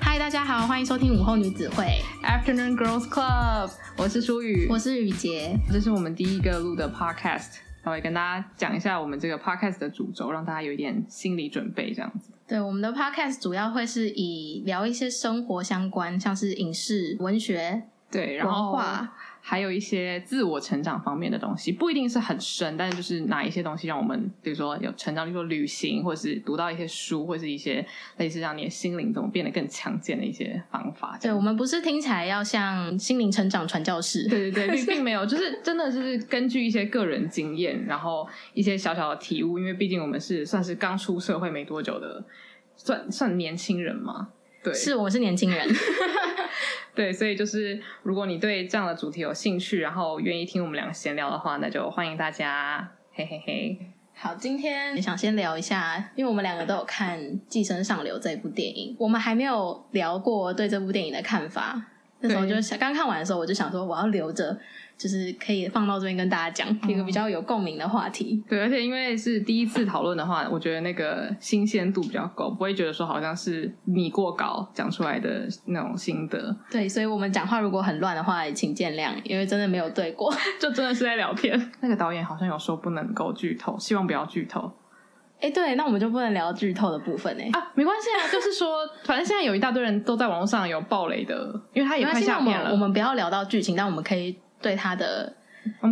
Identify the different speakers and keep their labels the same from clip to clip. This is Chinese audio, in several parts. Speaker 1: 嗨，大家好，欢迎收听午后女子会，
Speaker 2: Afternoon Girls Club，我是舒雨，
Speaker 1: 我是雨杰。
Speaker 2: 这是我们第一个录的 Podcast，稍微跟大家讲一下我们这个 Podcast 的主轴，让大家有一点心理准备，这样子。
Speaker 1: 对，我们的 podcast 主要会是以聊一些生活相关，像是影视、文学、
Speaker 2: 对，然
Speaker 1: 文
Speaker 2: 后
Speaker 1: 化。
Speaker 2: 还有一些自我成长方面的东西，不一定是很深，但是就是哪一些东西让我们，比如说有成长，比如说旅行，或者是读到一些书，或者是一些类似让你的心灵怎么变得更强健的一些方法。这
Speaker 1: 对
Speaker 2: 样
Speaker 1: 我们不是听起来要像心灵成长传教士，
Speaker 2: 对 对对，并并没有，就是真的是根据一些个人经验，然后一些小小的体悟，因为毕竟我们是算是刚出社会没多久的，算算年轻人嘛。对，
Speaker 1: 是我是年轻人。
Speaker 2: 对，所以就是如果你对这样的主题有兴趣，然后愿意听我们两个闲聊的话，那就欢迎大家，嘿嘿嘿。
Speaker 1: 好，今天想先聊一下，因为我们两个都有看《寄生上流》这部电影，我们还没有聊过对这部电影的看法。那时候就
Speaker 2: 对
Speaker 1: 想，刚看完的时候我就想说，我要留着，就是可以放到这边跟大家讲嗯一个比较有共鸣的话题。
Speaker 2: 对，而且因为是第一次讨论的话，我觉得那个新鲜度比较高，不会觉得说好像是你过稿讲出来的那种心得，
Speaker 1: 对，所以我们讲话如果很乱的话，也请见谅，因为真的没有对过。
Speaker 2: 就真的是在聊天。那个导演好像有说不能够剧透，希望不要剧透
Speaker 1: 哎，对，那我们就不能聊剧透的部分哎。
Speaker 2: 啊，没关系啊，就是说，反正现在有一大堆人都在网络上有暴雷的，因为他也
Speaker 1: 没关
Speaker 2: 快
Speaker 1: 系，那
Speaker 2: 下
Speaker 1: 我
Speaker 2: 片
Speaker 1: 们
Speaker 2: 了，
Speaker 1: 我
Speaker 2: 我们
Speaker 1: 们不要聊到剧情，但我们可以对他的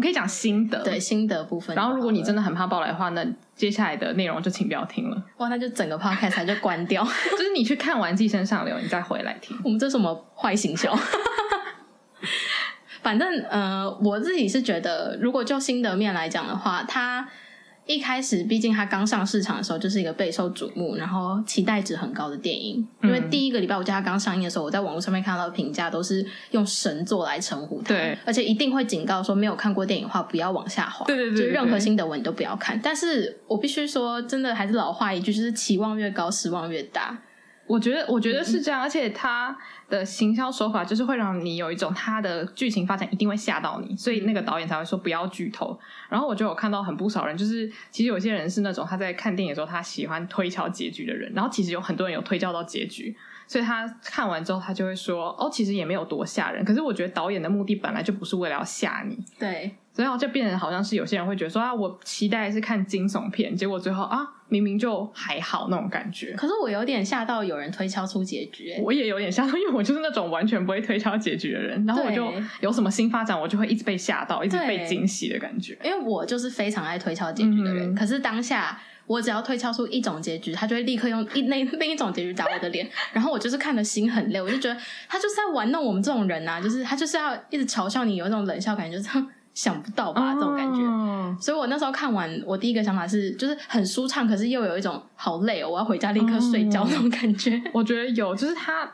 Speaker 2: 可以讲心得。
Speaker 1: 对，心得部分就
Speaker 2: 然
Speaker 1: 好了。
Speaker 2: 后如果你真的很怕暴雷的话，那接下来的内容就请不要听了，
Speaker 1: 哇，那就整个 podcast 它就关掉。
Speaker 2: 就是你去看完《寄生上流》，你再回来听。
Speaker 1: 我们这什么坏行销？ 反正呃，我自己是觉得，如果就心得面来讲的话，它一开始毕竟它刚上市场的时候就是一个备受瞩目，然后期待值很高的电影。因
Speaker 2: 嗯
Speaker 1: 为第一个礼拜我记得它刚上映的时候，我在网络上面看到的评价都是用神作来称呼它，
Speaker 2: 对，
Speaker 1: 而且一定会警告说没有看过电影的话不要往下滑，
Speaker 2: 对对对
Speaker 1: 就
Speaker 2: 对
Speaker 1: 任何
Speaker 2: 对
Speaker 1: 新的文都不要看。但是我必须说，真的还是老话一句，就是期望越高，失望越大。
Speaker 2: 我觉得，我觉得是这样，而且他的行销手法就是会让你有一种他的剧情发展一定会吓到你，所以那个导演才会说不要剧透。然后我就有看到很不少人，就是其实有些人是那种他在看电影的时候他喜欢推敲结局的人，然后其实有很多人有推敲到结局，所以他看完之后他就会说哦，其实也没有多吓人。可是我觉得导演的目的本来就不是为了要吓你，
Speaker 1: 对，
Speaker 2: 所以就变成好像是有些人会觉得说啊，我期待是看惊悚片，结果最后啊明明就还好那种感觉。
Speaker 1: 可是我有点吓到有人推敲出结局、欸，
Speaker 2: 我也有点吓到，因为我就是那种完全不会推敲结局的人，然后我
Speaker 1: 对
Speaker 2: 就有什么新发展，我就会一直被吓到，一直
Speaker 1: 对
Speaker 2: 被惊喜的感觉。
Speaker 1: 因为我就是非常爱推敲结局的人。
Speaker 2: 嗯
Speaker 1: 可是当下我只要推敲出一种结局，他就会立刻用一那另一种结局打我的脸，然后我就是看的心很累，我就觉得他就是在玩弄我们这种人啊，就是他就是要一直嘲笑你，有一种冷笑感觉，就是 哼想不到吧、这种感觉。
Speaker 2: 觉，
Speaker 1: 所以我那时候看完，我第一个想法是，就是很舒畅，可是又有一种好累哦，我要回家立刻睡觉
Speaker 2: 哦
Speaker 1: 那种感觉。
Speaker 2: 我觉得有，就是他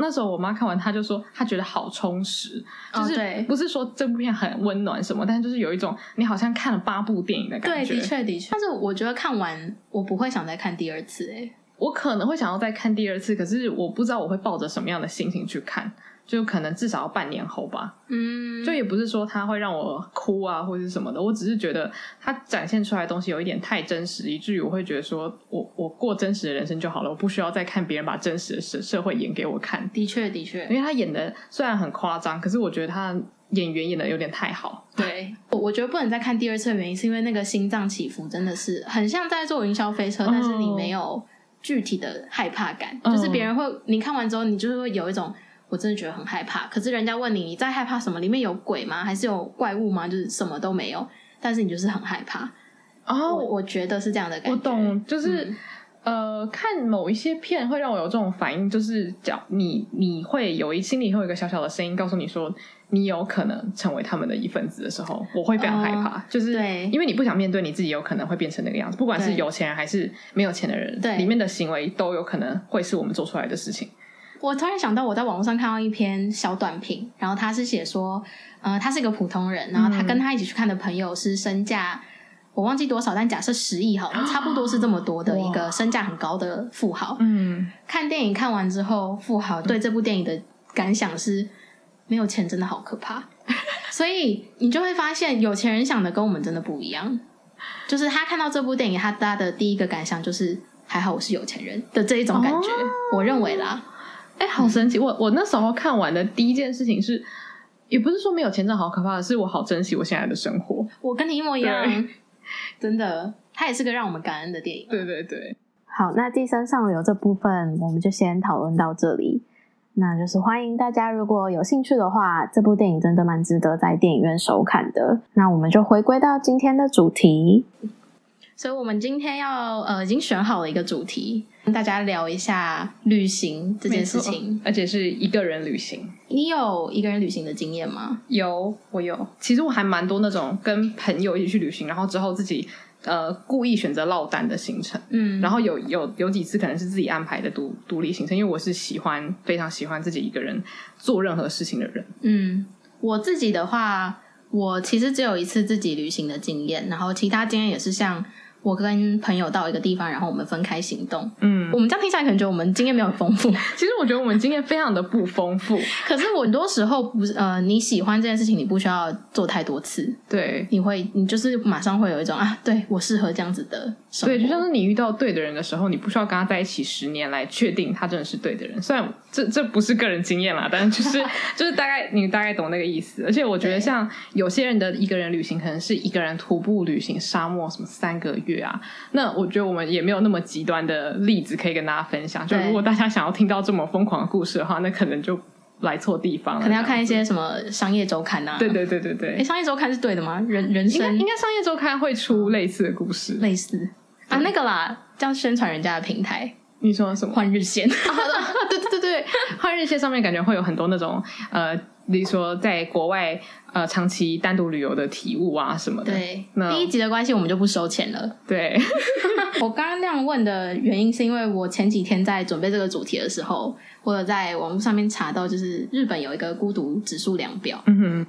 Speaker 2: 那时候我妈看完，她就说她觉得好充实，
Speaker 1: 哦
Speaker 2: 就是
Speaker 1: 对
Speaker 2: 不是说这部片很温暖什么，但是就是有一种你好像看了八部电影的感
Speaker 1: 对，
Speaker 2: 觉。
Speaker 1: 的，确的确。但是我觉得看完我不会想再看第二次、欸，
Speaker 2: 我可能会想要再看第二次，可是我不知道我会抱着什么样的心情去看，就可能至少要半年后吧。
Speaker 1: 嗯，
Speaker 2: 就也不是说它会让我哭啊，或者是什么的，我只是觉得它展现出来的东西有一点太真实，以至于我会觉得说我我过真实的人生就好了，我不需要再看别人把真实的社社会演给我看。
Speaker 1: 的确，的确
Speaker 2: 因，为他演的虽然很夸张，可是我觉得他演员演的有点太好。
Speaker 1: 对我我觉得不能再看第二次的原因，是因为那个心脏起伏真的是很像在坐云霄飞车，但是你没有具体的害怕感，
Speaker 2: 哦嗯
Speaker 1: 就是别人会你看完之后，你就是会有一种我真的觉得很害怕，可是人家问你你在害怕什么？里面有鬼吗？还是有怪物吗？就是什么都没有，但是你就是很害怕。
Speaker 2: 哦
Speaker 1: 我我觉得是这样的感觉，
Speaker 2: 我，懂，
Speaker 1: 嗯
Speaker 2: 嗯就是、呃，看某一些片会让我有这种反应，就是讲你你会有一心里会有一个小小的声音告诉你说，你有可能成为他们的一份子的时候，我会非常害怕，就是
Speaker 1: 哦对
Speaker 2: 因为你不想面对你自己有可能会变成那个样子，不管是
Speaker 1: 对
Speaker 2: 有钱人还是没有钱的人，
Speaker 1: 对
Speaker 2: 里面的行为都有可能会是我们做出来的事情。
Speaker 1: 我突然想到，我在网络上看到一篇小短评，然后他是写说，呃，他是一个普通人，然后他跟他一起去看的朋友是身价，我忘记多少，但假设十亿好了，差不多是这么多的一个身价很高的富豪。
Speaker 2: 嗯，
Speaker 1: 看电影看完之后，富豪对这部电影的感想是，没有钱真的好可怕。 所以你就会发现，有钱人想的跟我们真的不一样。就是他看到这部电影，他他的第一个感想就是还好我是有钱人的这一种感觉，我认为啦。
Speaker 2: 哎、好神奇！我我那时候看完的第一件事情是，也不是说没有钱挣好可怕的是，我好珍惜我现在的生活。
Speaker 1: 我跟你一模一样
Speaker 2: 对，
Speaker 1: 真的，它也是个让我们感恩的电影。
Speaker 2: 对对对，
Speaker 3: 好，那寄生上流这部分我们就先讨论到这里。那就是欢迎大家，如果有兴趣的话，这部电影真的蛮值得在电影院收看的。那我们就回归到今天的主题，
Speaker 1: 所以我们今天要呃已经选好了一个主题，跟大家聊一下旅行这件事
Speaker 2: 没
Speaker 1: 情
Speaker 2: 错。而且是一个人旅行。
Speaker 1: 你有一个人旅行的经验吗？
Speaker 2: 有，我有。其实我还蛮多那种跟朋友一起去旅行，然后之后自己呃故意选择落单的行程。
Speaker 1: 嗯
Speaker 2: 然
Speaker 1: 后
Speaker 2: 后有有有几次可能是自己安排的独独立行程，因为我是喜欢非常喜欢自己一个人做任何事情的人。
Speaker 1: 嗯，我自己的话，我其实只有一次自己旅行的经验，然后其他经验也是像我跟朋友到一个地方，然后我们分开行动。
Speaker 2: 嗯，
Speaker 1: 我们这样听起来可能觉得我们经验没有很丰富，
Speaker 2: 其实我觉得我们经验非常的不丰富。
Speaker 1: 可是我很多时候不是呃，你喜欢这件事情，你不需要做太多次，
Speaker 2: 对
Speaker 1: 你会你就是马上会有一种啊，对我适合这样子的生活。
Speaker 2: 对，就像是你遇到对的人的时候，你不需要跟他在一起十年来确定他真的是对的人。虽然这这不是个人经验啦，但是就是 就是大概你大概懂那个意思。而且我觉
Speaker 1: 对
Speaker 2: 得像有些人的一个人旅行，可能是一个人徒步旅行沙漠什么三个月啊。那我觉得我们也没有那么极端的例子可以跟大家分享。就
Speaker 1: 对
Speaker 2: 如果大家想要听到这么疯狂的故事的话，那可能就来错地方了。
Speaker 1: 可能要
Speaker 2: 这样
Speaker 1: 看一
Speaker 2: 子。
Speaker 1: 些什么商业周刊啊。
Speaker 2: 对。对对对对，
Speaker 1: 哎，商业周刊是对的吗？人人
Speaker 2: 应该
Speaker 1: 生
Speaker 2: 应该商业周刊会出类似的故事。
Speaker 1: 类似啊，那个啦，这样宣传人家的平台
Speaker 2: 你说什么？
Speaker 1: 换日线。
Speaker 2: 对 对对对，换日线上面感觉会有很多那种呃，例如说在国外呃长期单独旅游的体悟啊什么的。
Speaker 1: 对，
Speaker 2: 那
Speaker 1: 第一集的关系我们就不收钱了。
Speaker 2: 对，
Speaker 1: 我刚刚那样问的原因，是因为我前几天在准备这个主题的时候，我有在网络上面查到，就是日本有一个孤独指数量表。
Speaker 2: 嗯哼，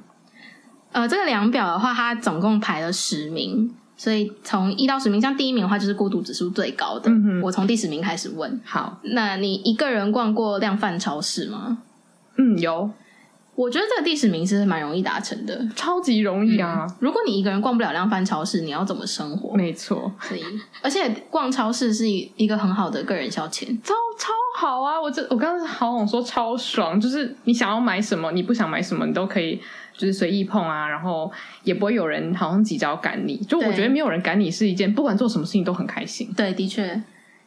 Speaker 1: 呃，这个量表的话，它总共排了十名，所以从一到十名，像第一名的话就是孤独指数最高的。
Speaker 2: 嗯哼
Speaker 1: 我从第十名开始问。
Speaker 2: 好，
Speaker 1: 那你一个人逛过量贩超市吗？
Speaker 2: 嗯，有
Speaker 1: 我觉得这个第十名是蛮容易达成的。
Speaker 2: 超级容易啊，
Speaker 1: 如果你一个人逛不了量贩超市，你要怎么生活？
Speaker 2: 没错，
Speaker 1: 所以，而且逛超市是一个很好的个人消遣。
Speaker 2: 超超好啊！我这我刚刚好想说超爽，就是你想要买什么，你不想买什么，你都可以就是随意碰啊，然后也不会有人好像几招赶你。就我
Speaker 1: 对
Speaker 2: 觉得没有人赶你是一件，不管做什么事情都很开心。
Speaker 1: 对，的确。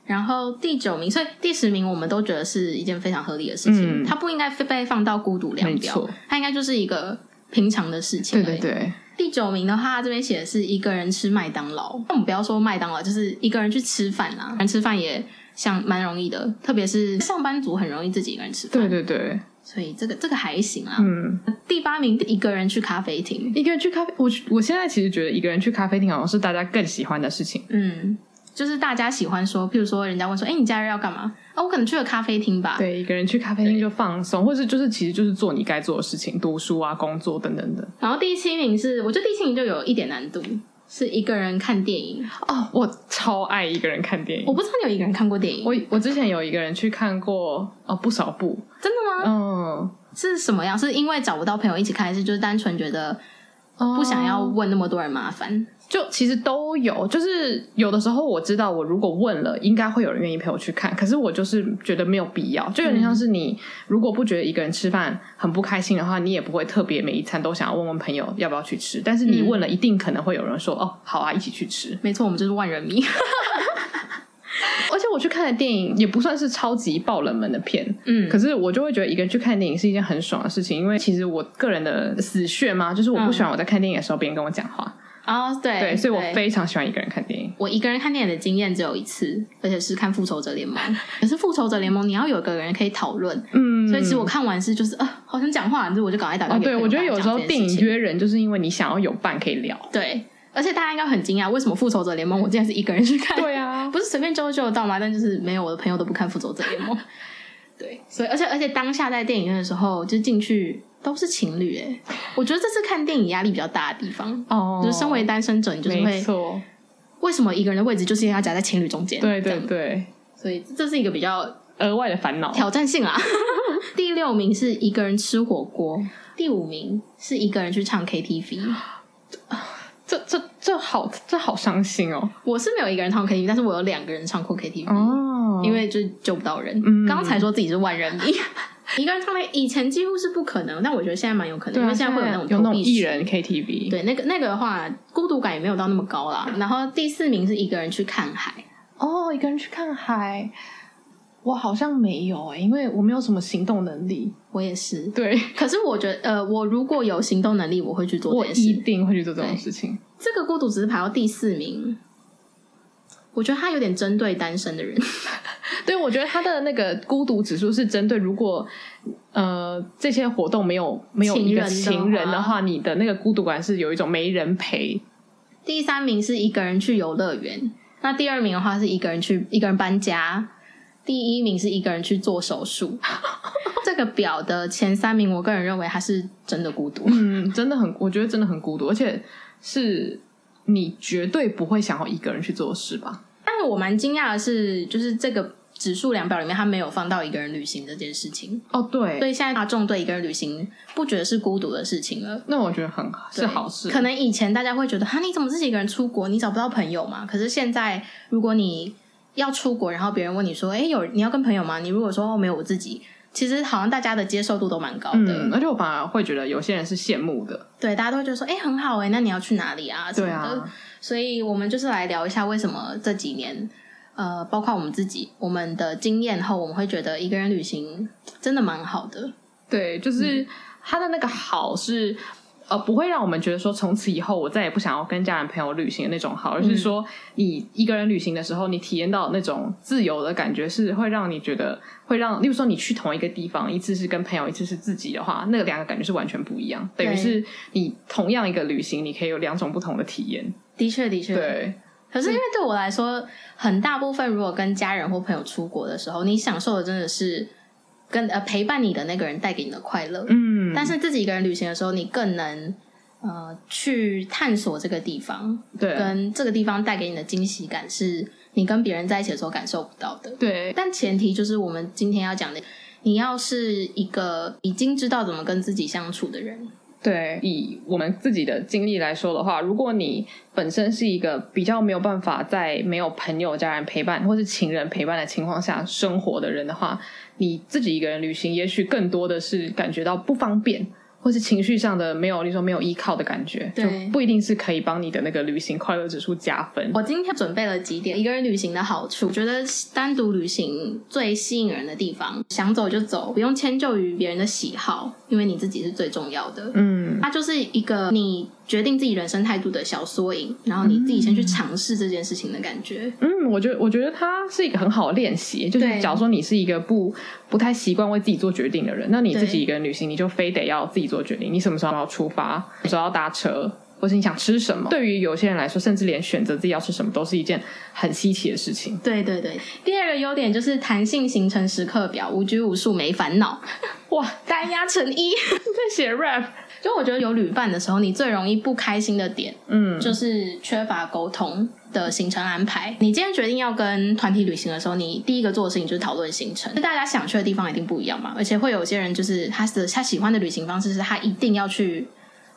Speaker 1: 然后第九名，所以第十名我们都觉得是一件非常合理的事情，
Speaker 2: 嗯
Speaker 1: 它不应该被放到孤独量
Speaker 2: 没
Speaker 1: 表
Speaker 2: 错，
Speaker 1: 它应该就是一个平常的事情。
Speaker 2: 对对。对，
Speaker 1: 第九名的话，这边写的是一个人吃麦当劳。那我们不要说麦当劳，就是一个人去吃饭啦，一个人吃饭也像蛮容易的，特别是上班族很容易自己一个人吃饭，
Speaker 2: 对对对，
Speaker 1: 所以这个这个还行啊。
Speaker 2: 嗯。
Speaker 1: 第八名，一个人去咖啡厅，
Speaker 2: 一个人去咖啡，我我现在其实觉得一个人去咖啡厅好像是大家更喜欢的事情。
Speaker 1: 嗯，就是大家喜欢说，譬如说人家问说，哎、你假日要干嘛？啊，我可能去了咖啡厅吧。
Speaker 2: 对，一个人去咖啡厅就放松，或是就是其实就是做你该做的事情，读书啊、工作等等的。
Speaker 1: 然后第七名是，我觉得第七名就有一点难度，是一个人看电影。
Speaker 2: 哦，我超爱一个人看电影。
Speaker 1: 我
Speaker 2: 我
Speaker 1: 不知道你有一个人看过电影，
Speaker 2: 我之前有一个人去看过哦不少部，
Speaker 1: 真的吗？
Speaker 2: 嗯，
Speaker 1: 是什么样？是因为找不到朋友一起看，还是就是单纯觉得不想要
Speaker 2: 哦
Speaker 1: 问那么多人麻烦？
Speaker 2: 就其实都有，就是有的时候我知道，我如果问了，应该会有人愿意陪我去看，可是我就是觉得没有必要，就有点像是你如果不觉得一个人吃饭很不开心的话，你也不会特别每一餐都想要问问朋友要不要去吃，但是你
Speaker 1: 嗯
Speaker 2: 问了，一定可能会有人说、哦，好啊，一起去吃。
Speaker 1: 没错，我们就是万人迷。
Speaker 2: 而且我去看的电影也不算是超级爆冷门的片，
Speaker 1: 嗯，
Speaker 2: 可是我就会觉得一个人去看电影是一件很爽的事情，因为其实我个人的死穴嘛，就是我不喜欢我在看电影的时候别人跟我讲话，
Speaker 1: 哦，对
Speaker 2: 对，所以我非常喜欢一个人看电影。
Speaker 1: 我一个人看电影的经验只有一次，而且是看《复仇者联 盟》。可是《复仇者联盟》，你要有一个人可以讨论，
Speaker 2: 嗯，
Speaker 1: 所以其实我看完是就是啊、好想讲话，所以我就赶快打电
Speaker 2: 哦，
Speaker 1: 话给
Speaker 2: 对，
Speaker 1: 朋友
Speaker 2: 我觉得
Speaker 1: 跟他
Speaker 2: 有时
Speaker 1: 讲
Speaker 2: 候
Speaker 1: 这件
Speaker 2: 电
Speaker 1: 事
Speaker 2: 影
Speaker 1: 情
Speaker 2: 约人，就是因为你想要有伴可以聊。
Speaker 1: 对，而且大家应该很惊讶，为什么《复仇者联盟》我竟然是一个人去看？
Speaker 2: 对啊，
Speaker 1: 不是随便揪就得到嘛，但就是没有我的朋友都不看《复仇者联 盟》。对，所以而且而且当下在电影院的时候，就进去都是情侣哎、我觉得这是看电影压力比较大的地方。
Speaker 2: 哦
Speaker 1: 就是身为单身者，你就是
Speaker 2: 没
Speaker 1: 会
Speaker 2: 错，
Speaker 1: 为什么一个人的位置就是因为要夹在情侣中间？
Speaker 2: 对
Speaker 1: 这
Speaker 2: 对
Speaker 1: 样，
Speaker 2: 对，
Speaker 1: 所以这是一个比较
Speaker 2: 额外的烦恼。
Speaker 1: 挑战性啦。第六名是一个人吃火锅，第五名是一个人去唱 KTV，
Speaker 2: 这这这好这好伤心哦。
Speaker 1: 我是没有一个人唱 KTV，但是我有两个人唱过 KTV，、
Speaker 2: 哦
Speaker 1: 因为就是救不到人。
Speaker 2: 嗯
Speaker 1: 刚才说自己是万人迷， 一个人唱那以前几乎是不可能，但我觉得现在蛮有可能，
Speaker 2: 对
Speaker 1: 因
Speaker 2: 啊，
Speaker 1: 为现在会有那种
Speaker 2: 有
Speaker 1: 投
Speaker 2: 那种
Speaker 1: 币
Speaker 2: 艺
Speaker 1: 式
Speaker 2: 人 KTV，，
Speaker 1: 对，那个那个的话，孤独感也没有到那么高啦。然后第四名是一个人去看海，
Speaker 2: 哦，一个人去看海，我好像没有哎、因为我没有什么行动能力。
Speaker 1: 我也是。
Speaker 2: 对，
Speaker 1: 可是我觉得，呃，我如果有行动能力，我会去做
Speaker 2: 我
Speaker 1: 这件
Speaker 2: 一
Speaker 1: 事。
Speaker 2: 定会去做这种事情。
Speaker 1: 这个孤独只是排到第四名，我觉得他有点针对单身的人。
Speaker 2: 对，我觉得他的那个孤独指数是针对，如果呃这些活动没有没有
Speaker 1: 情
Speaker 2: 一个
Speaker 1: 人的
Speaker 2: 情人的
Speaker 1: 话
Speaker 2: 话，你的那个孤独感是有一种没人陪。
Speaker 1: 第三名是一个人去游乐园，那第二名的话是一个人去一个人搬家，第一名是一个人去做手术。这个表的前三名，我个人认为他是真的孤独。
Speaker 2: 嗯，真的很，我觉得真的很孤独，而且是你绝对不会想要一个人去做的事吧？
Speaker 1: 但是我蛮惊讶的是，就是这个指数量表里面，它没有放到一个人旅行这件事情，
Speaker 2: 哦，对，
Speaker 1: 所以现在大众对一个人旅行不觉得是孤独的事情了。
Speaker 2: 那我觉得很是
Speaker 1: 对
Speaker 2: 好事。
Speaker 1: 可能以前大家会觉得，哈，你怎么自己一个人出国？你找不到朋友嘛？可是现在，如果你要出国，然后别人问你说，哎，有你要跟朋友吗？你如果说哦，没有，我自己。其实好像大家的接受度都蛮高的，
Speaker 2: 嗯，而且我反而会觉得有些人是羡慕的，
Speaker 1: 对，大家都会觉得说，哎、很好哎、那你要去哪里啊？什么
Speaker 2: 对
Speaker 1: 的
Speaker 2: 啊，
Speaker 1: 所以我们就是来聊一下为什么这几年，呃，包括我们自己，我们的经验后，我们会觉得一个人旅行真的蛮好的。
Speaker 2: 对，就是他的那个好是。呃，不会让我们觉得说从此以后我再也不想要跟家人朋友旅行的那种好，而是说你一个人旅行的时候，你体验到那种自由的感觉，是会让你觉得会让，例如说你去同一个地方，一次是跟朋友，一次是自己的话，那个两个感觉是完全不一样，等于
Speaker 1: 对
Speaker 2: 是你同样一个旅行，你可以有两种不同的体验。
Speaker 1: 的确，的确。
Speaker 2: 对，
Speaker 1: 可是因为对我来说，很大部分如果跟家人或朋友出国的时候，你享受的真的是跟呃陪伴你的那个人带给你的快乐。
Speaker 2: 嗯，
Speaker 1: 但是自己一个人旅行的时候，你更能呃去探索这个地方，
Speaker 2: 对
Speaker 1: 跟这个地方带给你的惊喜感是你跟别人在一起的时候感受不到的。
Speaker 2: 对
Speaker 1: 但前提就是我们今天要讲的，你要是一个已经知道怎么跟自己相处的人，
Speaker 2: 对，以我们自己的经历来说的话，如果你本身是一个比较没有办法在没有朋友、家人陪伴或是情人陪伴的情况下生活的人的话，你自己一个人旅行，也许更多的是感觉到不方便，或是情绪上的没有，你说没有依靠的感觉，就
Speaker 1: 对
Speaker 2: 不一定是可以帮你的那个旅行快乐指数加分。
Speaker 1: 我今天准备了几点一个人旅行的好处，觉得单独旅行最吸引人的地方，想走就走，不用迁就于别人的喜好，因为你自己是最重要的。
Speaker 2: 嗯，
Speaker 1: 它就是一个你决定自己人生态度的小缩影，然后你自己先去尝试这件事情的感觉。
Speaker 2: 嗯，我觉得我觉得它是一个很好的练习，就是
Speaker 1: 对
Speaker 2: 假如说你是一个不不太习惯为自己做决定的人，那你自己
Speaker 1: 对
Speaker 2: 一个人旅行，你就非得要自己做决定，你什么时候要出发，什么时候要搭车，或是你想吃什么。对于有些人来说，甚至连选择自己要吃什么都是一件很稀奇的事情。
Speaker 1: 对对对，第二个优点就是弹性行程时刻表，无拘无束，没烦恼，
Speaker 2: 哇，
Speaker 1: 单压成一。
Speaker 2: 你在写 rap，
Speaker 1: 就我觉得有旅伴的时候，你最容易不开心的点
Speaker 2: 嗯，
Speaker 1: 就是缺乏沟通的行程安排。你今天决定要跟团体旅行的时候，你第一个做的事情就是讨论行程。就大家想去的地方一定不一样嘛，而且会有些人就是他的他喜欢的旅行方式是他一定要去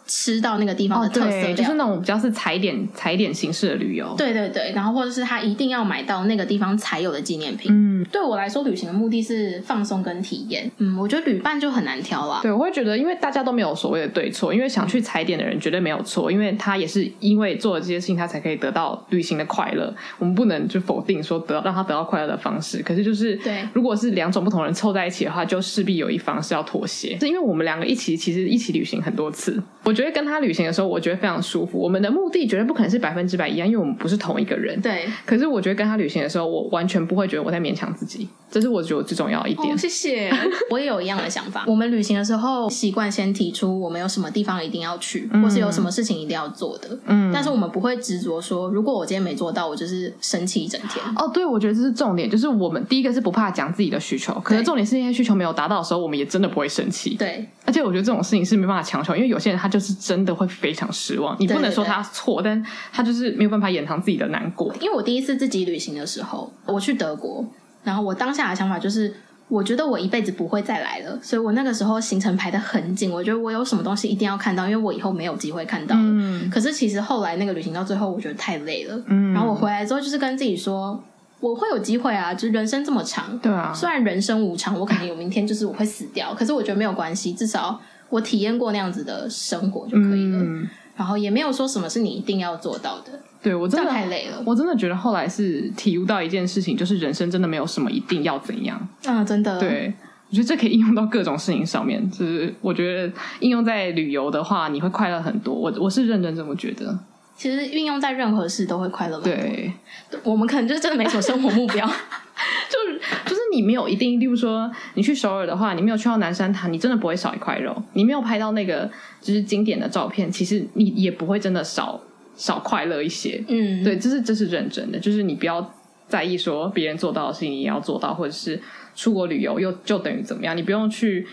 Speaker 1: 吃到那个地方的特色料
Speaker 2: 哦对，
Speaker 1: 理。
Speaker 2: 就是那种比较是踩点踩点形式的旅游。
Speaker 1: 对对对，然后或者是他一定要买到那个地方才有的纪念品。
Speaker 2: 嗯，
Speaker 1: 对我来说，旅行的目的是放松跟体验。嗯，我觉得旅伴就很难挑啦。
Speaker 2: 对，我会觉得，因为大家都没有所谓的对错，因为想去踩点的人绝对没有错，因为他也是因为做了这些事情，他才可以得到旅行的快乐。我们不能就否定说得到让他得到快乐的方式，可是就是
Speaker 1: 对
Speaker 2: 如果是两种不同人凑在一起的话，就势必有一方是要妥协。是因为我们两个一起，其实一起旅行很多次，我觉得跟他旅行的时候，我觉得非常舒服。我们的目的绝对不可能是百分之百一样，因为我们不是同一个人。
Speaker 1: 对，
Speaker 2: 可是我觉得跟他旅行的时候，我完全不会觉得我在勉强自己，这是我觉得最重要的一点。
Speaker 1: 哦谢谢。 我也有一样的想法。我们旅行的时候，习惯先提出我们有什么地方一定要去，或是有什么事情一定要做的。
Speaker 2: 嗯
Speaker 1: 但是我们不会执着说，如果我今天没做到，我就是生气一整天。
Speaker 2: 哦，对，我觉得这是重点，就是我们第一个是不怕讲自己的需求，可是
Speaker 1: 对
Speaker 2: 重点是那些需求没有达到的时候，我们也真的不会生气。
Speaker 1: 对
Speaker 2: 而且我觉得这种事情是没办法强求，因为有些人他就是真的会非常失望，你不
Speaker 1: 对
Speaker 2: 能
Speaker 1: 对
Speaker 2: 说
Speaker 1: 对
Speaker 2: 他错，但他就是没有办法掩藏自己的难过。
Speaker 1: 因为我第一次自己旅行的时候，我去德国，然后我当下的想法就是，我觉得我一辈子不会再来了，所以我那个时候行程排的很紧，我觉得我有什么东西一定要看到，因为我以后没有机会看到了。
Speaker 2: 嗯
Speaker 1: 可是其实后来那个旅行到最后，我觉得太累了。
Speaker 2: 嗯，
Speaker 1: 然后我回来之后，就是跟自己说，我会有机会啊，就是人生这么长，
Speaker 2: 对啊，
Speaker 1: 虽然人生无常，我可能有明天就是我会死掉，可是我觉得没有关系，至少我体验过那样子的生活就可以了。
Speaker 2: 嗯，
Speaker 1: 然后也没有说什么是你一定要做到的，
Speaker 2: 对我
Speaker 1: 这
Speaker 2: 真
Speaker 1: 样
Speaker 2: 的啊
Speaker 1: 太累了。
Speaker 2: 我真的觉得后来是体悟到一件事情，就是人生真的没有什么一定要怎样。
Speaker 1: 嗯，真的，，
Speaker 2: 对，我觉得这可以应用到各种事情上面。就是我觉得应用在旅游的话，你会快乐很多。我我是认真这么觉得。
Speaker 1: 其实运用在任何事都会快乐嘛。，
Speaker 2: 对，
Speaker 1: 我们可能就是真的没什么生活目 标，
Speaker 2: 就是就是你没有一定，例如说你去首尔的话，你没有去到南山塔，你真的不会少一块肉；你没有拍到那个就是经典的照片，其实你也不会真的少少快乐一些。
Speaker 1: 嗯，
Speaker 2: 对，这是这是认真的，就是你不要在意说别人做到的事情你也要做到，或者是出国旅游又就等于怎么样，你不用去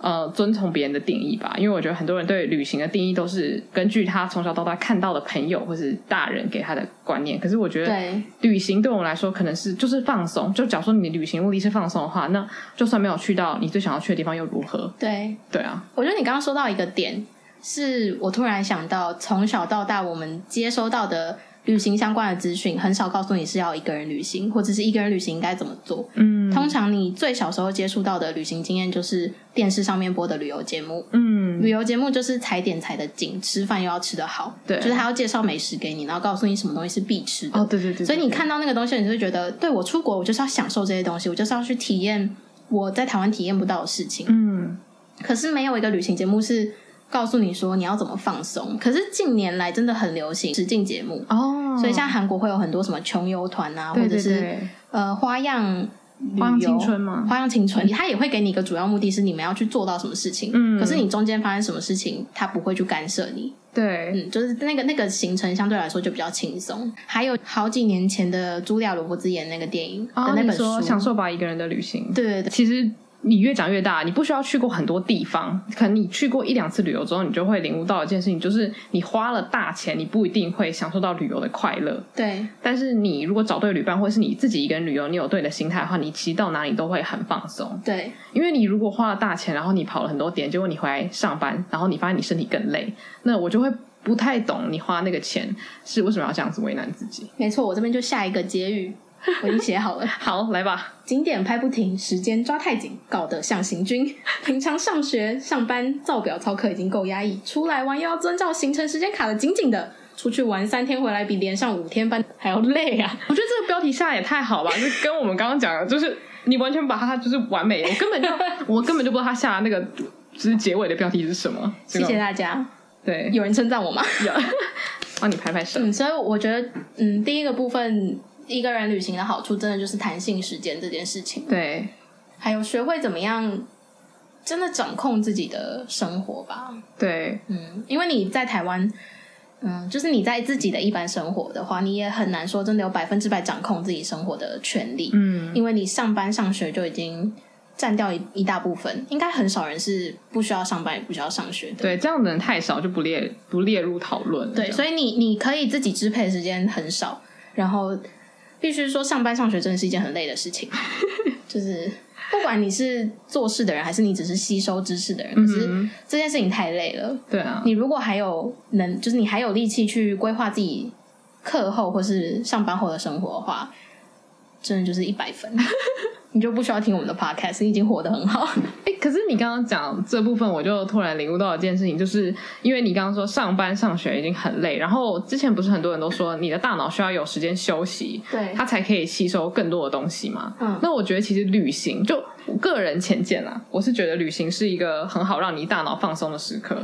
Speaker 2: 呃遵从别人的定义吧，因为我觉得很多人对旅行的定义都是根据他从小到大看到的朋友或是大人给他的观念，可是我觉得
Speaker 1: 对，
Speaker 2: 旅行对我们来说可能是就是放松，就假如说你的旅行目的是放松的话，那就算没有去到你最想要去的地方又如何？
Speaker 1: 对，
Speaker 2: 对啊，
Speaker 1: 我觉得你刚刚说到一个点，是我突然想到，从小到大我们接收到的旅行相关的资讯，很少告诉你是要一个人旅行，或者是一个人旅行应该怎么做。
Speaker 2: 嗯
Speaker 1: 通常你最小时候接触到的旅行经验，就是电视上面播的旅游节目。
Speaker 2: 嗯
Speaker 1: 旅游节目就是踩点踩的紧，吃饭又要吃得好，
Speaker 2: 对
Speaker 1: 就是他要介绍美食给你，然后告诉你什么东西是必吃的。
Speaker 2: 哦对对对，
Speaker 1: 所以你
Speaker 2: 对
Speaker 1: 看到那个东西，你就会觉得，对我出国，我就是要享受这些东西，我就是要去体验我在台湾体验不到的事情。
Speaker 2: 嗯
Speaker 1: 可是没有一个旅行节目是告诉你说你要怎么放
Speaker 2: 嗯
Speaker 1: 松。可是近年来真的很流行实境节目，
Speaker 2: 哦，
Speaker 1: 所以像韩国会有很多什么穷游团啊，
Speaker 2: 对
Speaker 1: 或者
Speaker 2: 哦对
Speaker 1: 是
Speaker 2: 对哦
Speaker 1: 呃花样旅游
Speaker 2: 花样青春嘛，
Speaker 1: 花样青春，它也会给你一个主要目的是你们要去做到什么事情。
Speaker 2: 嗯
Speaker 1: 可是你中间发生什么事情，它不会去干涉你。
Speaker 2: 对，
Speaker 1: 嗯，就是那个那个行程相对来说就比较轻松。还有好几年前的茱莉亚·罗伯兹演那个电影的
Speaker 2: 哦，
Speaker 1: 那
Speaker 2: 你
Speaker 1: 本书，
Speaker 2: 说享受吧一个人的旅行，
Speaker 1: 对对对，
Speaker 2: 其实你越长越大，你不需要去过很多地方，可能你去过一两次旅游之后，你就会领悟到一件事情，就是你花了大钱，你不一定会享受到旅游的快乐。
Speaker 1: 对
Speaker 2: 但是你如果找对旅伴，或是你自己一个人旅游，你有对的心态的话，你其实到哪里都会很放松。
Speaker 1: 对
Speaker 2: 因为你如果花了大钱，然后你跑了很多点，结果你回来上班，然后你发现你身体更累，那我就会不太懂你花那个钱是为什么要这样子为难自己。
Speaker 1: 没错，我这边就下一个结语，我已经写好了。
Speaker 2: 好，来吧，
Speaker 1: 景点拍不停，时间抓太紧，搞得像行军。平常上学、上班照表操课已经够压抑，出来玩又要遵照行程时间卡得紧紧的。出去玩三天回来比连上五天班还要累啊！
Speaker 2: 我觉得这个标题下得也太好了吧，就是跟我们刚刚讲的，就是你完全把它就是完美，我 根本就我根本就不知道他下的那个就是结尾的标题是什么。
Speaker 1: 谢谢大家，
Speaker 2: 这个。对，
Speaker 1: 有人称赞我吗？
Speaker 2: 有， 帮你拍拍手。
Speaker 1: 嗯，所以我觉得，嗯，第一个部分，一个人旅行的好处，真的就是弹性时间这件事情，
Speaker 2: 对，
Speaker 1: 还有学会怎么样真的掌控自己的生活吧。
Speaker 2: 对，
Speaker 1: 嗯，因为你在台湾，嗯，就是你在自己的一般生活的话，你也很难说真的有百分之百掌控自己生活的权利，
Speaker 2: 嗯，
Speaker 1: 因为你上班上学就已经占掉一一大部分，应该很少人是不需要上班也不需要上学的。
Speaker 2: 对，这样的人太少，就不列不列入讨论了。
Speaker 1: 对，所
Speaker 2: 以
Speaker 1: 以你你可以自己支配的时间很少，然后必须说上班上学真的是一件很累的事情，就是不管你是做事的人，还是你只是吸收知识的人，可是
Speaker 2: 嗯
Speaker 1: 这件事情太累了。
Speaker 2: 对啊，
Speaker 1: 你如果还有能，就是你还有力气去规划自己课后或是上班后的生活的话，真的就是一百 分。你就不需要听我们的 podcast，你已经活得很好。
Speaker 2: 哎、可是你刚刚讲这部分，我就突然领悟到一件事情，就是因为你刚刚说上班上学已经很累，然后之前不是很多人都说你的大脑需要有时间休息，
Speaker 1: 对
Speaker 2: 它才可以吸收更多的东西嘛。
Speaker 1: 嗯
Speaker 2: 那我觉得其实旅行，就我个人浅见啦，我是觉得旅行是一个很好让你大脑放松的时刻。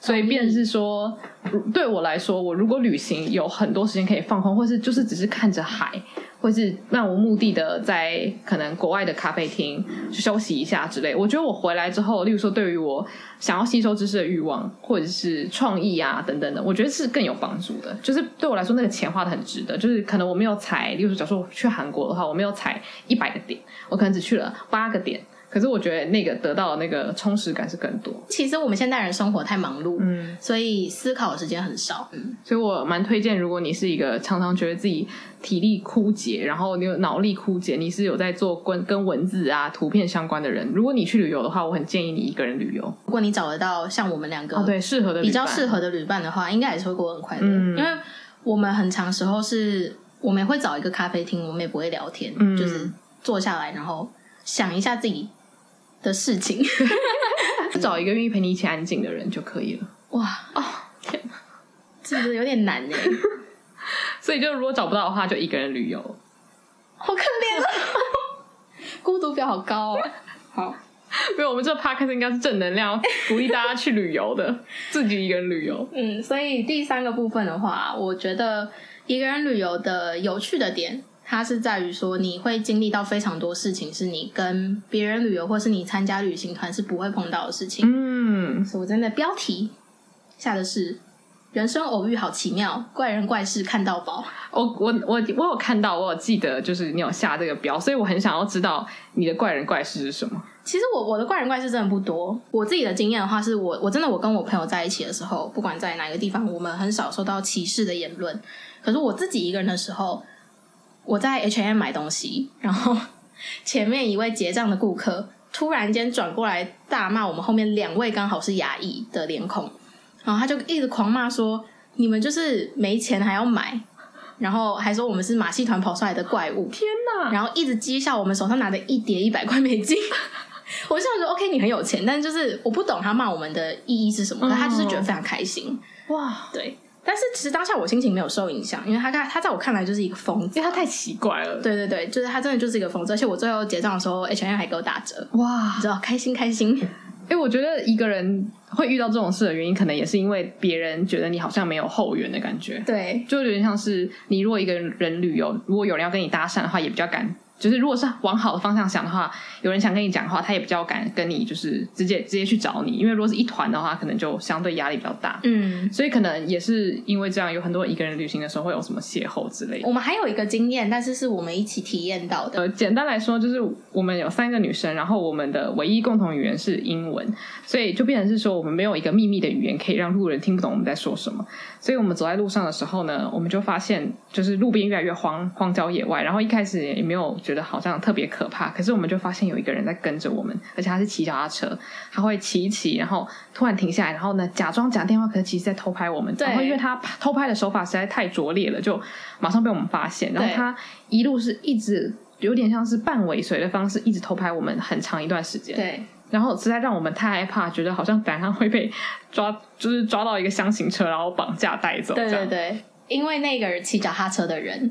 Speaker 2: 所以，便是说，如对我来说，我如果旅行有很多时间可以放空，或是就是只是看着海，或是漫无目的的在可能国外的咖啡厅去休息一下之类。我觉得我回来之后，例如说对于我想要吸收知识的欲望，或者是创意啊等等的，我觉得是更有帮助的。就是对我来说，那个钱花的很值得。就是可能我没有踩，例如说假如说我去韩国的话，我没有踩一百个点，我可能只去了八个点。可是我觉得那个得到的那个充实感是更多。
Speaker 1: 其实我们现代人生活太忙碌，
Speaker 2: 嗯，
Speaker 1: 所以思考的时间很少。嗯，
Speaker 2: 所以我蛮推荐，如果你是一个常常觉得自己体力枯竭，然后你有脑力枯竭，你是有在做跟跟文字啊、图片相关的人，如果你去旅游的话，我很建议你一个人旅游。
Speaker 1: 如果你找得到像我们两个
Speaker 2: 啊，对，适合的
Speaker 1: 比较适
Speaker 2: 合。
Speaker 1: 合的旅伴的话，应该也是会过得很快乐。
Speaker 2: 嗯
Speaker 1: 因为我们很长时候是，我们也会找一个咖啡厅，我们也不会聊天，
Speaker 2: 嗯
Speaker 1: 就是坐下来，然后想一下自己的事情。
Speaker 2: 找一个愿意陪你一起安静的人就可以了。
Speaker 1: 哇 哦，天哪，这个有点难呢，
Speaker 2: 所以就如果找不到的话，就一个人旅游。
Speaker 1: 好可怜啊，孤独表好高哦。好，
Speaker 2: 没有，我们这 podcast 应该是正能量，鼓励大家去旅游的，自己一个人旅游。
Speaker 1: 嗯，所以第三个部分的话，我觉得一个人旅游的有趣的点，它是在于说你会经历到非常多事情，是你跟别人旅游或是你参加旅行团是不会碰到的事情。
Speaker 2: 嗯，
Speaker 1: 所以我真的标题下的是“人生偶遇好奇妙，怪人怪事看到宝
Speaker 2: 我我我我有看到，我有记得，就是你有下这个标，所以我很想要知道你的怪人怪事是什么。”。
Speaker 1: 其实我我的怪人怪事真的不多，我自己的经验的话，是我我真的我跟我朋友在一起的时候，不管在哪个地方，我们很少受到歧视的言论。可是我自己一个人的时候，我在 H M 买东西，然后 前面一位结账的顾客突然间转过来大骂我们后面两位刚好是牙医的脸孔，然后他就一直狂骂说：“你们就是没钱还要买。”然后还说我们是马戏团跑出来的怪物，
Speaker 2: 天哪！
Speaker 1: 然后一直讥笑我们手上拿着一叠一百块美金。 我就想说，OK，你很有钱，但就是我不懂他骂我们的意义是什么，可他就是
Speaker 2: 嗯
Speaker 1: 觉得非常开心。
Speaker 2: 哇，
Speaker 1: 对，但是其实当下我心情没有受影响，因为他看他在我看来就是一个疯子
Speaker 2: 因为。他太奇怪了。，
Speaker 1: 对对对，就是他真的就是一个疯子，而且我最后结账的时候，H M 还给我打折，
Speaker 2: 哇
Speaker 1: 你，知道，开心开心。
Speaker 2: 哎、我觉得一个人会遇到这种事的原因，可能也是因为别人觉得你好像没有后援的感觉，
Speaker 1: 对，
Speaker 2: 就有点像是你如果一个人旅游，如果有人要跟你搭讪的话，也比较敢。就是如果是往好的方向想的话，有人想跟你讲话，他也比较敢跟你就是直接直接去找你，因为如果是一团的话，可能就相对压力比较大。
Speaker 1: 嗯，
Speaker 2: 所以可能也是因为这样，有很多人一个人旅行的时候会有什么邂逅之类的。
Speaker 1: 我们还有一个经验，但是是我们一起体验到的。
Speaker 2: 呃，简单来说，就是我们有三个女生，然后我们的唯一共同语言是英文，所以就变成是说，我们没有一个秘密的语言可以让路人听不懂我们在说什么。所以我们走在路上的时候呢，我们就发现，就是路边越来越荒荒郊野外，然后一开始也没有觉得好像特别可怕，可是我们就发现有一个人在跟着我们，而且他是骑脚踏车，他会骑一骑，然后突然停下来，然后呢假装讲电话，可是其实在偷拍我们。
Speaker 1: 对
Speaker 2: 然后因为他偷拍的手法实在太拙劣了，就马上被我们发现，然后
Speaker 1: 对
Speaker 2: 他一路是一直。有点像是半尾随的方式，一直偷拍我们很长一段时间。
Speaker 1: 对，
Speaker 2: 然后实在让我们太害怕，觉得好像等一下会被抓，就是抓到一个箱型车，然后绑架带走。
Speaker 1: 对
Speaker 2: 这
Speaker 1: 对
Speaker 2: 样
Speaker 1: 对，因为那个骑脚踏车的人，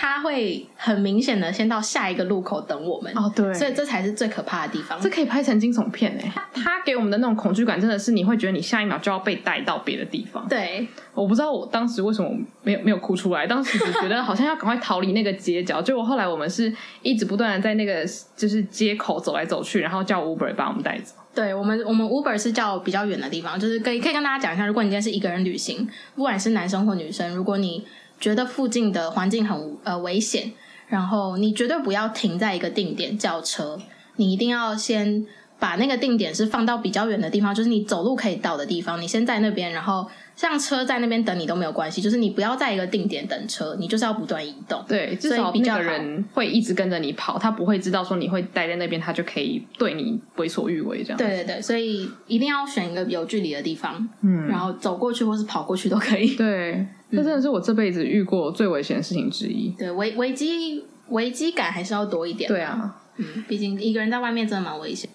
Speaker 1: 他会很明显的先到下一个路口等我们，
Speaker 2: 哦对，
Speaker 1: 所以这才是最可怕的地方。
Speaker 2: 这可以拍成惊悚片哎、他给我们的那种恐惧感，真的是你会觉得你下一秒就要被带到别的地方。
Speaker 1: 对，
Speaker 2: 我不知道我当时为什么没有没有哭出来，当时只觉得好像要赶快逃离那个街角。结果后来我们是一直不断的在那个就是街口走来走去，然后叫 Uber 把我们带走。
Speaker 1: 对我们我们 Uber 是叫比较远的地方，就是可以可以跟大家讲一下，如果你今天是一个人旅行，不管是男生或女生，如果你觉得附近的环境很无呃危险，然后你绝对不要停在一个定点叫车，你一定要先把那个定点是放到比较远的地方，就是你走路可以到的地方，你先在那边，然后像车在那边等你都没有关系，就是你不要在一个定点等车，你就是要不断移动。
Speaker 2: 对，至
Speaker 1: 所
Speaker 2: 少
Speaker 1: 以比较好
Speaker 2: 那个人会一直跟着你跑，他不会知道说你会待在那边，他就可以对你为所欲为这样。
Speaker 1: 对对对，所以一定要选一个有距离的地方，
Speaker 2: 嗯
Speaker 1: 然后走过去或是跑过去都可以。
Speaker 2: 对，
Speaker 1: 嗯
Speaker 2: 这真的是我这辈子遇过最危险的事情之一。
Speaker 1: 对危危机危机感还是要多一点。
Speaker 2: 对，啊，
Speaker 1: 嗯，毕竟一个人在外面真的蛮危险。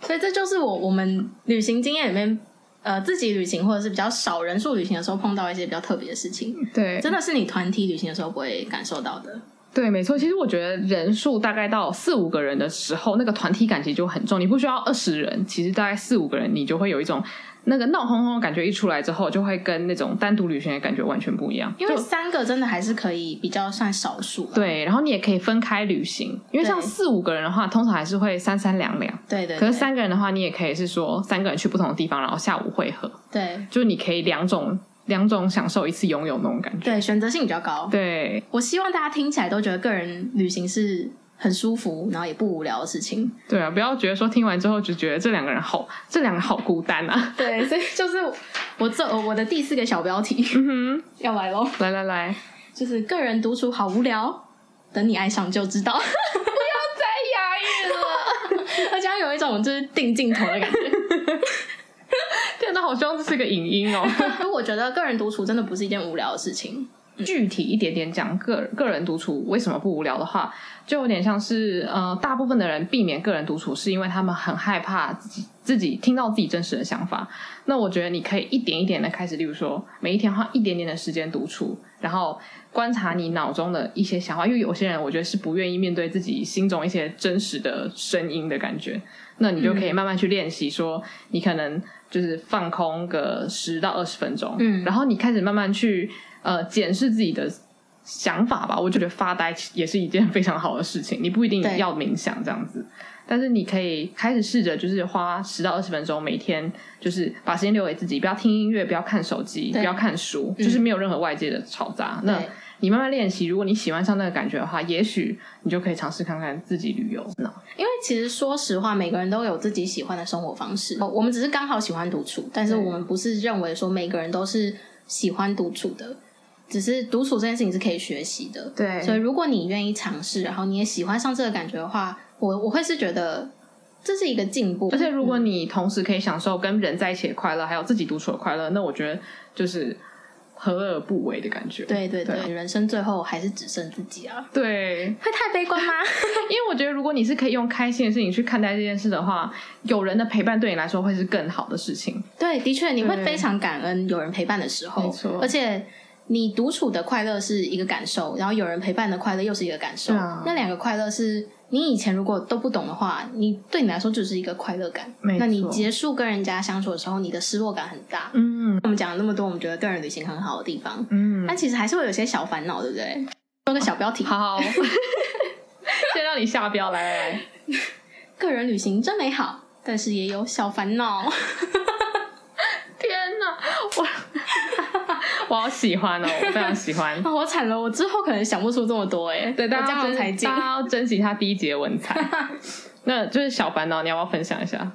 Speaker 1: 所以这就是我我们旅行经验里面，呃，自己旅行或者是比较少人数旅行的时候碰到一些比较特别的事情，
Speaker 2: 对
Speaker 1: 真的是你团体旅行的时候不会感受到的。
Speaker 2: 对，没错。其实我觉得人数大概到四五个人的时候，那个团体感其实就很重。你不需要二十人，其实大概四五个人，你就会有一种那个闹哄哄的感觉一出来之后，就会跟那种单独旅行的感觉完全不一样。
Speaker 1: 因为
Speaker 2: 就
Speaker 1: 三个真的还是可以比较算少数啦。
Speaker 2: 对，然后你也可以分开旅行，因为像
Speaker 1: 对
Speaker 2: 四五个人的话，通常还是会三三两两。
Speaker 1: 对对对，
Speaker 2: 可是三个人的话，你也可以是说三个人去不同的地方，然后下午会合，
Speaker 1: 对
Speaker 2: 就是你可以两种两种享受一次拥有那种感觉。
Speaker 1: 对选择性比较高。
Speaker 2: 对，
Speaker 1: 我希望大家听起来都觉得个人旅行是很舒服，然后也不无聊的事情。
Speaker 2: 对啊，不要觉得说听完之后就觉得这两个人好，这两个好孤单啊。
Speaker 1: 对， 所以就是我这我的第四个小标题
Speaker 2: 嗯
Speaker 1: 要来喽，
Speaker 2: 哼，来来来，
Speaker 1: 就是个人独处好无聊，等你爱上就知道。
Speaker 2: 太压抑了，
Speaker 1: 而且它有一种就是定镜头的感觉。
Speaker 2: 天哪，好希望这是个影音哦。
Speaker 1: 因为我觉得个人独处真的不是一件无聊的事情。
Speaker 2: 具体一点点讲，个个人独处为什么不无聊的话，就有点像是呃，大部分的人避免个人独处，是因为他们很害怕自己自己听到自己真实的想法。那我觉得你可以一点一点的开始，例如说每一天花一点点的时间独处，然后观察你脑中的一些想法，因为有些人我觉得是不愿意面对自己心中一些真实的声音的感觉。那你就
Speaker 1: 嗯
Speaker 2: 可以慢慢去练习，说你可能就是放空个十到二十分钟，
Speaker 1: 嗯
Speaker 2: 然后你开始慢慢去呃检视自己的想法吧。我就觉得发呆也是一件非常好的事情，你不一定
Speaker 1: 对
Speaker 2: 要冥想这样子，但是你可以开始试着就是花十到二十分钟每天，就是把时间留给自己，不要听音乐，不要看手机，
Speaker 1: 对
Speaker 2: 不要看书，
Speaker 1: 嗯
Speaker 2: 就是没有任何外界的嘈杂。那
Speaker 1: 对
Speaker 2: 你慢慢练习，如果你喜欢上那个感觉的话，也许你就可以尝试看看自己旅游。那
Speaker 1: 因为其实说实话，每个人都有自己喜欢的生活方式。哦我们只是刚好喜欢独处，但是
Speaker 2: 对
Speaker 1: 我们不是认为说每个人都是喜欢独处的，只是独处这件事情是可以学习的。
Speaker 2: 对
Speaker 1: 所以如果你愿意尝试，然后你也喜欢上这个感觉的话，我我会是觉得这是一个进步。
Speaker 2: 而且如果你同时可以享受跟人在一起的快乐，还有自己独处的快乐，那我觉得就是何乐而不为的感觉。
Speaker 1: 对对对，
Speaker 2: 对啊
Speaker 1: 人生最后还是只剩自己啊，
Speaker 2: 对，
Speaker 1: 会太悲观吗？
Speaker 2: 因为我觉得如果你是可以用开心的事情去看待这件事的话，有人的陪伴对你来说会是更好的事情。
Speaker 1: 对，的确你会
Speaker 2: 对
Speaker 1: 非常感恩有人陪伴的时候，
Speaker 2: 没错
Speaker 1: 而且你独处的快乐是一个感受，然后有人陪伴的快乐又是一个感受，
Speaker 2: 对啊
Speaker 1: 那两个快乐是你以前如果都不懂的话，你对你来说就是一个快乐感
Speaker 2: 没。错
Speaker 1: 那你结束跟人家相处的时候，你的失落感很大。
Speaker 2: 嗯
Speaker 1: 我们讲了那么多，我们觉得个人旅行很好的地方，
Speaker 2: 嗯，
Speaker 1: 但其实还是会有些小烦恼，对不对？说个小标题，
Speaker 2: 好， 先让你下标来来来，
Speaker 1: 个人旅行真美好，但是也有小烦恼。
Speaker 2: 天哪， 我我好喜欢哦，我非常喜 欢。
Speaker 1: 啊，我惨了，我之后可能想不出这么多哎、
Speaker 2: 对，大
Speaker 1: 我这
Speaker 2: 家要
Speaker 1: 样才
Speaker 2: 珍
Speaker 1: 进
Speaker 2: 大。家要珍惜他第一节文 采。那就是小烦恼，你要不要分享一下？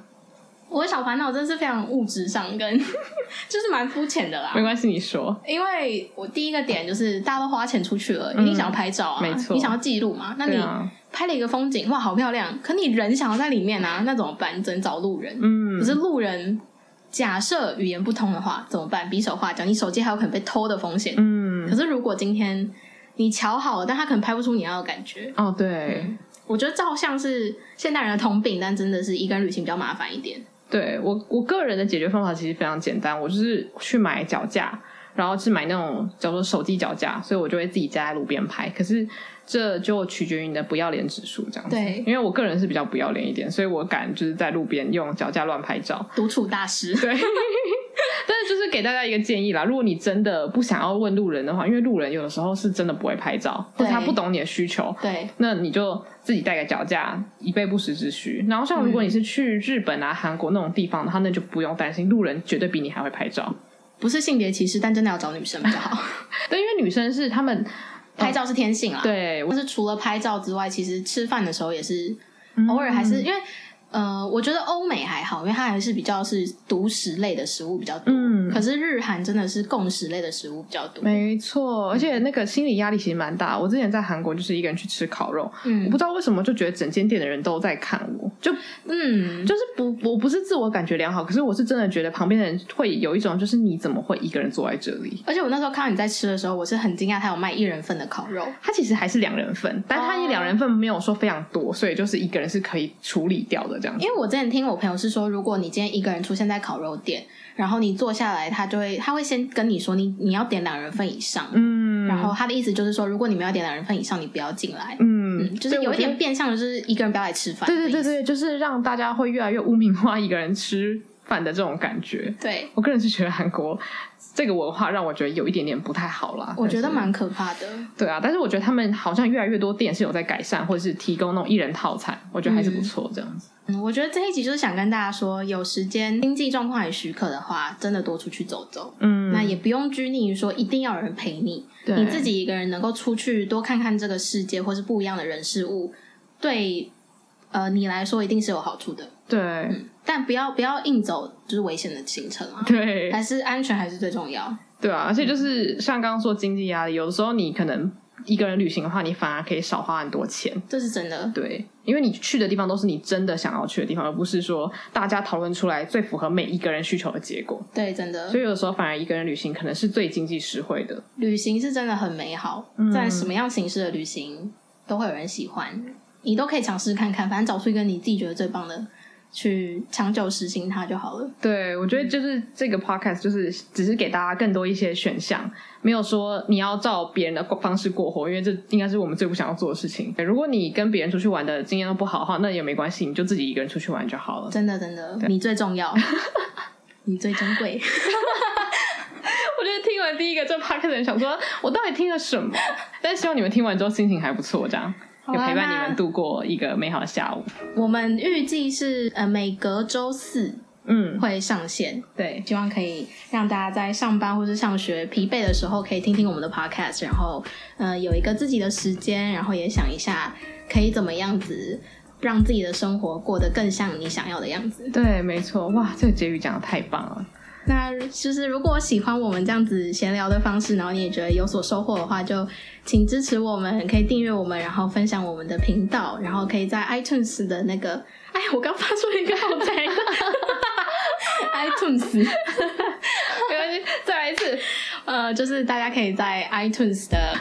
Speaker 1: 我的小烦恼真的是非常物质上跟就是蛮肤浅的啦
Speaker 2: 没。关系，你说。
Speaker 1: 因为我第一个点就是大家都花钱出去了，
Speaker 2: 嗯
Speaker 1: 一定想要拍照啊，
Speaker 2: 没错
Speaker 1: 你想要记录嘛。那
Speaker 2: 对
Speaker 1: 你
Speaker 2: 啊、
Speaker 1: 拍了一个风景，哇，好漂亮，可你人想要在里面啊，那怎么办？你只能找路人。
Speaker 2: 嗯
Speaker 1: 可，是路人假设语言不通的话怎么办？比手画脚，你手机还有可能被偷的风险。
Speaker 2: 嗯，
Speaker 1: 可是如果今天你瞧好了，但他可能拍不出你要的感觉，
Speaker 2: 哦，对，
Speaker 1: 我觉得照相是现代人的通病，但真的是一个人旅行比较麻烦一点。
Speaker 2: 对我我个人的解决方法其实非常简单，我就是去买脚架，然后是买那种叫做手机脚架，所以我就会自己架在路边拍。可是这就取决于你的不要脸指数这样子。
Speaker 1: 对
Speaker 2: 因为我个人是比较不要脸一点，所以我敢就是在路边用脚架乱拍照。
Speaker 1: 独处大师，
Speaker 2: 对，但是就是给大家一个建议啦，如果你真的不想要问路人的话，因为路人有的时候是真的不会拍照，或
Speaker 1: 对
Speaker 2: 者他不懂你的需求。
Speaker 1: 对，
Speaker 2: 那你就自己带个脚架，以备不时之需。然后，像如果你是去日本啊、韩国那种地方的话，那就不用担心，路人绝对比你还会拍照。
Speaker 1: 不是性别歧视，但真的要找女生比较 好。
Speaker 2: 对，因为女生是她们
Speaker 1: 拍照是天性啦，。
Speaker 2: 对我
Speaker 1: 但是除了拍照之外，其实吃饭的时候也是
Speaker 2: 嗯
Speaker 1: 偶尔还是、因为呃，我觉得欧美还好，因为它还是比较是独食类的食物比较多。
Speaker 2: 嗯
Speaker 1: 可是日韩真的是共食类的食物比较多。
Speaker 2: 没错，而且那个心理压力其实蛮大。我之前在韩国就是一个人去吃烤肉，我
Speaker 1: 嗯
Speaker 2: 不知道为什么就觉得整间店的人都在看我，就
Speaker 1: 嗯，
Speaker 2: 就是不，我不是自我感觉良好，可是我是真的觉得旁边的人会有一种就是你怎么会一个人坐在这里？
Speaker 1: 而且我那时候看到你在吃的时候，我是很惊讶，它有卖一人份的烤肉。
Speaker 2: 它其实还是两人份，但它一
Speaker 1: 哦
Speaker 2: 两人份没有说非常多，所以就是一个人是可以处理掉的这样子。
Speaker 1: 因为我之前听我朋友是说，如果你今天一个人出现在烤肉店，然后你坐下来，他就会他会先跟你说你你要点两人份以上，
Speaker 2: 嗯，
Speaker 1: 然后他的意思就是说，如果你们要点两人份以上，你不要进来，
Speaker 2: 嗯
Speaker 1: 嗯，就是有一点。变相，就是一个人不要来吃饭的
Speaker 2: 对
Speaker 1: 意思，
Speaker 2: 对对对，就是让大家会越来越污名化一个人吃饭的这种感觉。
Speaker 1: 对，
Speaker 2: 我个人是觉得韩国这个文化让我觉得有一点点不太好啦。
Speaker 1: 我觉得
Speaker 2: 但是
Speaker 1: 蛮可怕的，
Speaker 2: 对啊，但是我觉得他们好像越来越多店是有在改善，或者是提供那种一人套餐，我觉得还是不错这样子。
Speaker 1: 嗯，我觉得这一集就是想跟大家说，有时间经济状况也许可的话，真的多出去走走。
Speaker 2: 嗯，
Speaker 1: 那也不用拘泥于说一定要有人陪你，
Speaker 2: 对
Speaker 1: 你自己一个人能够出去多看看这个世界，或是不一样的人事物，对呃你来说一定是有好处的，
Speaker 2: 对
Speaker 1: 嗯，但不要不要硬走就是危险的行程啊，
Speaker 2: 对
Speaker 1: 还是安全还是最重要。
Speaker 2: 对啊，而且就是像刚刚说经济压力，有的时候你可能一个人旅行的话，你反而可以少花很多钱。
Speaker 1: 这是真的，
Speaker 2: 对，因为你去的地方都是你真的想要去的地方，而不是说大家讨论出来最符合每一个人需求的结果。
Speaker 1: 对，真的
Speaker 2: 所，以有的时候反而一个人旅行可能是最经济实惠的。
Speaker 1: 旅行是真的很美好，在什么样形式的旅行都会有人喜欢，你都可以尝试看看，反正找出一个你自己觉得最棒的，去长久实行它就好了。
Speaker 2: 对，我觉得就是这个 podcast 就是只是给大家更多一些选项，没有说你要照别人的方式过活，因为这应该是我们最不想要做的事情。如果你跟别人出去玩的经验都不好的话，那也没关系，你就自己一个人出去玩就好了。
Speaker 1: 真的真的，你最重要，你最珍贵。
Speaker 2: 我觉得听完第一个这 podcast 人想说，我到底听了什么？但希望你们听完之后心情还不错，这样有
Speaker 1: 啊
Speaker 2: 陪伴你
Speaker 1: 那
Speaker 2: 们度过一个美好的下午。
Speaker 1: 我们预计是呃每隔周四
Speaker 2: 嗯，
Speaker 1: 会上线，
Speaker 2: 对，
Speaker 1: 希望可以让大家在上班或是上学疲惫的时候，可以听听我们的 podcast，然后呃有一个自己的时间，然后也想一下可以怎么样子让自己的生活过得更像你想要的样子。
Speaker 2: 对，没错，哇，这个结语讲的太棒了。
Speaker 1: 那就是如果喜欢我们这样子闲聊的方式，然后你也觉得有所收获的话，就请支持我们，可以订阅我们，然后分享我们的频道，然后可以在 iTunes 的那个，哎，我刚发出一个好宅的 iTunes，
Speaker 2: 没关系，再来一次。
Speaker 1: 呃，就是大家可以在 iTunes 的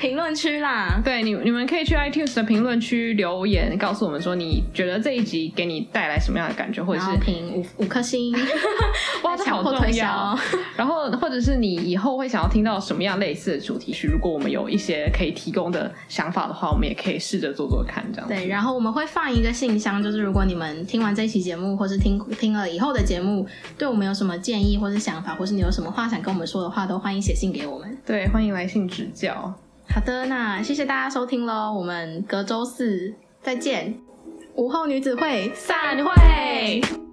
Speaker 1: 评论区啦。
Speaker 2: 对你，你们可以去 iTunes 的评论区留言，告诉我们说你觉得这一集给你带来什么样的感觉，或者
Speaker 1: 然
Speaker 2: 是
Speaker 1: 后评五五颗星，
Speaker 2: 哇，这
Speaker 1: 强
Speaker 2: 好
Speaker 1: 迫推
Speaker 2: 重
Speaker 1: 销
Speaker 2: 要
Speaker 1: 哦。。
Speaker 2: 然后，或者是你以后会想要听到什么样类似的主题曲，如果我们有一些可以提供的想法的话，我们也可以试着做做看，这样子。
Speaker 1: 对，然后我们会放一个信箱，就是如果你们听完这一期节目，或是听听了以后的节目，对我们有什么建议或是想法，或是你有什么话想跟我们说的话，都欢迎写信给我们。
Speaker 2: 对，欢迎来信指教，
Speaker 1: 好的，那谢谢大家收听喽，我们隔周四再见。午后女子会散会。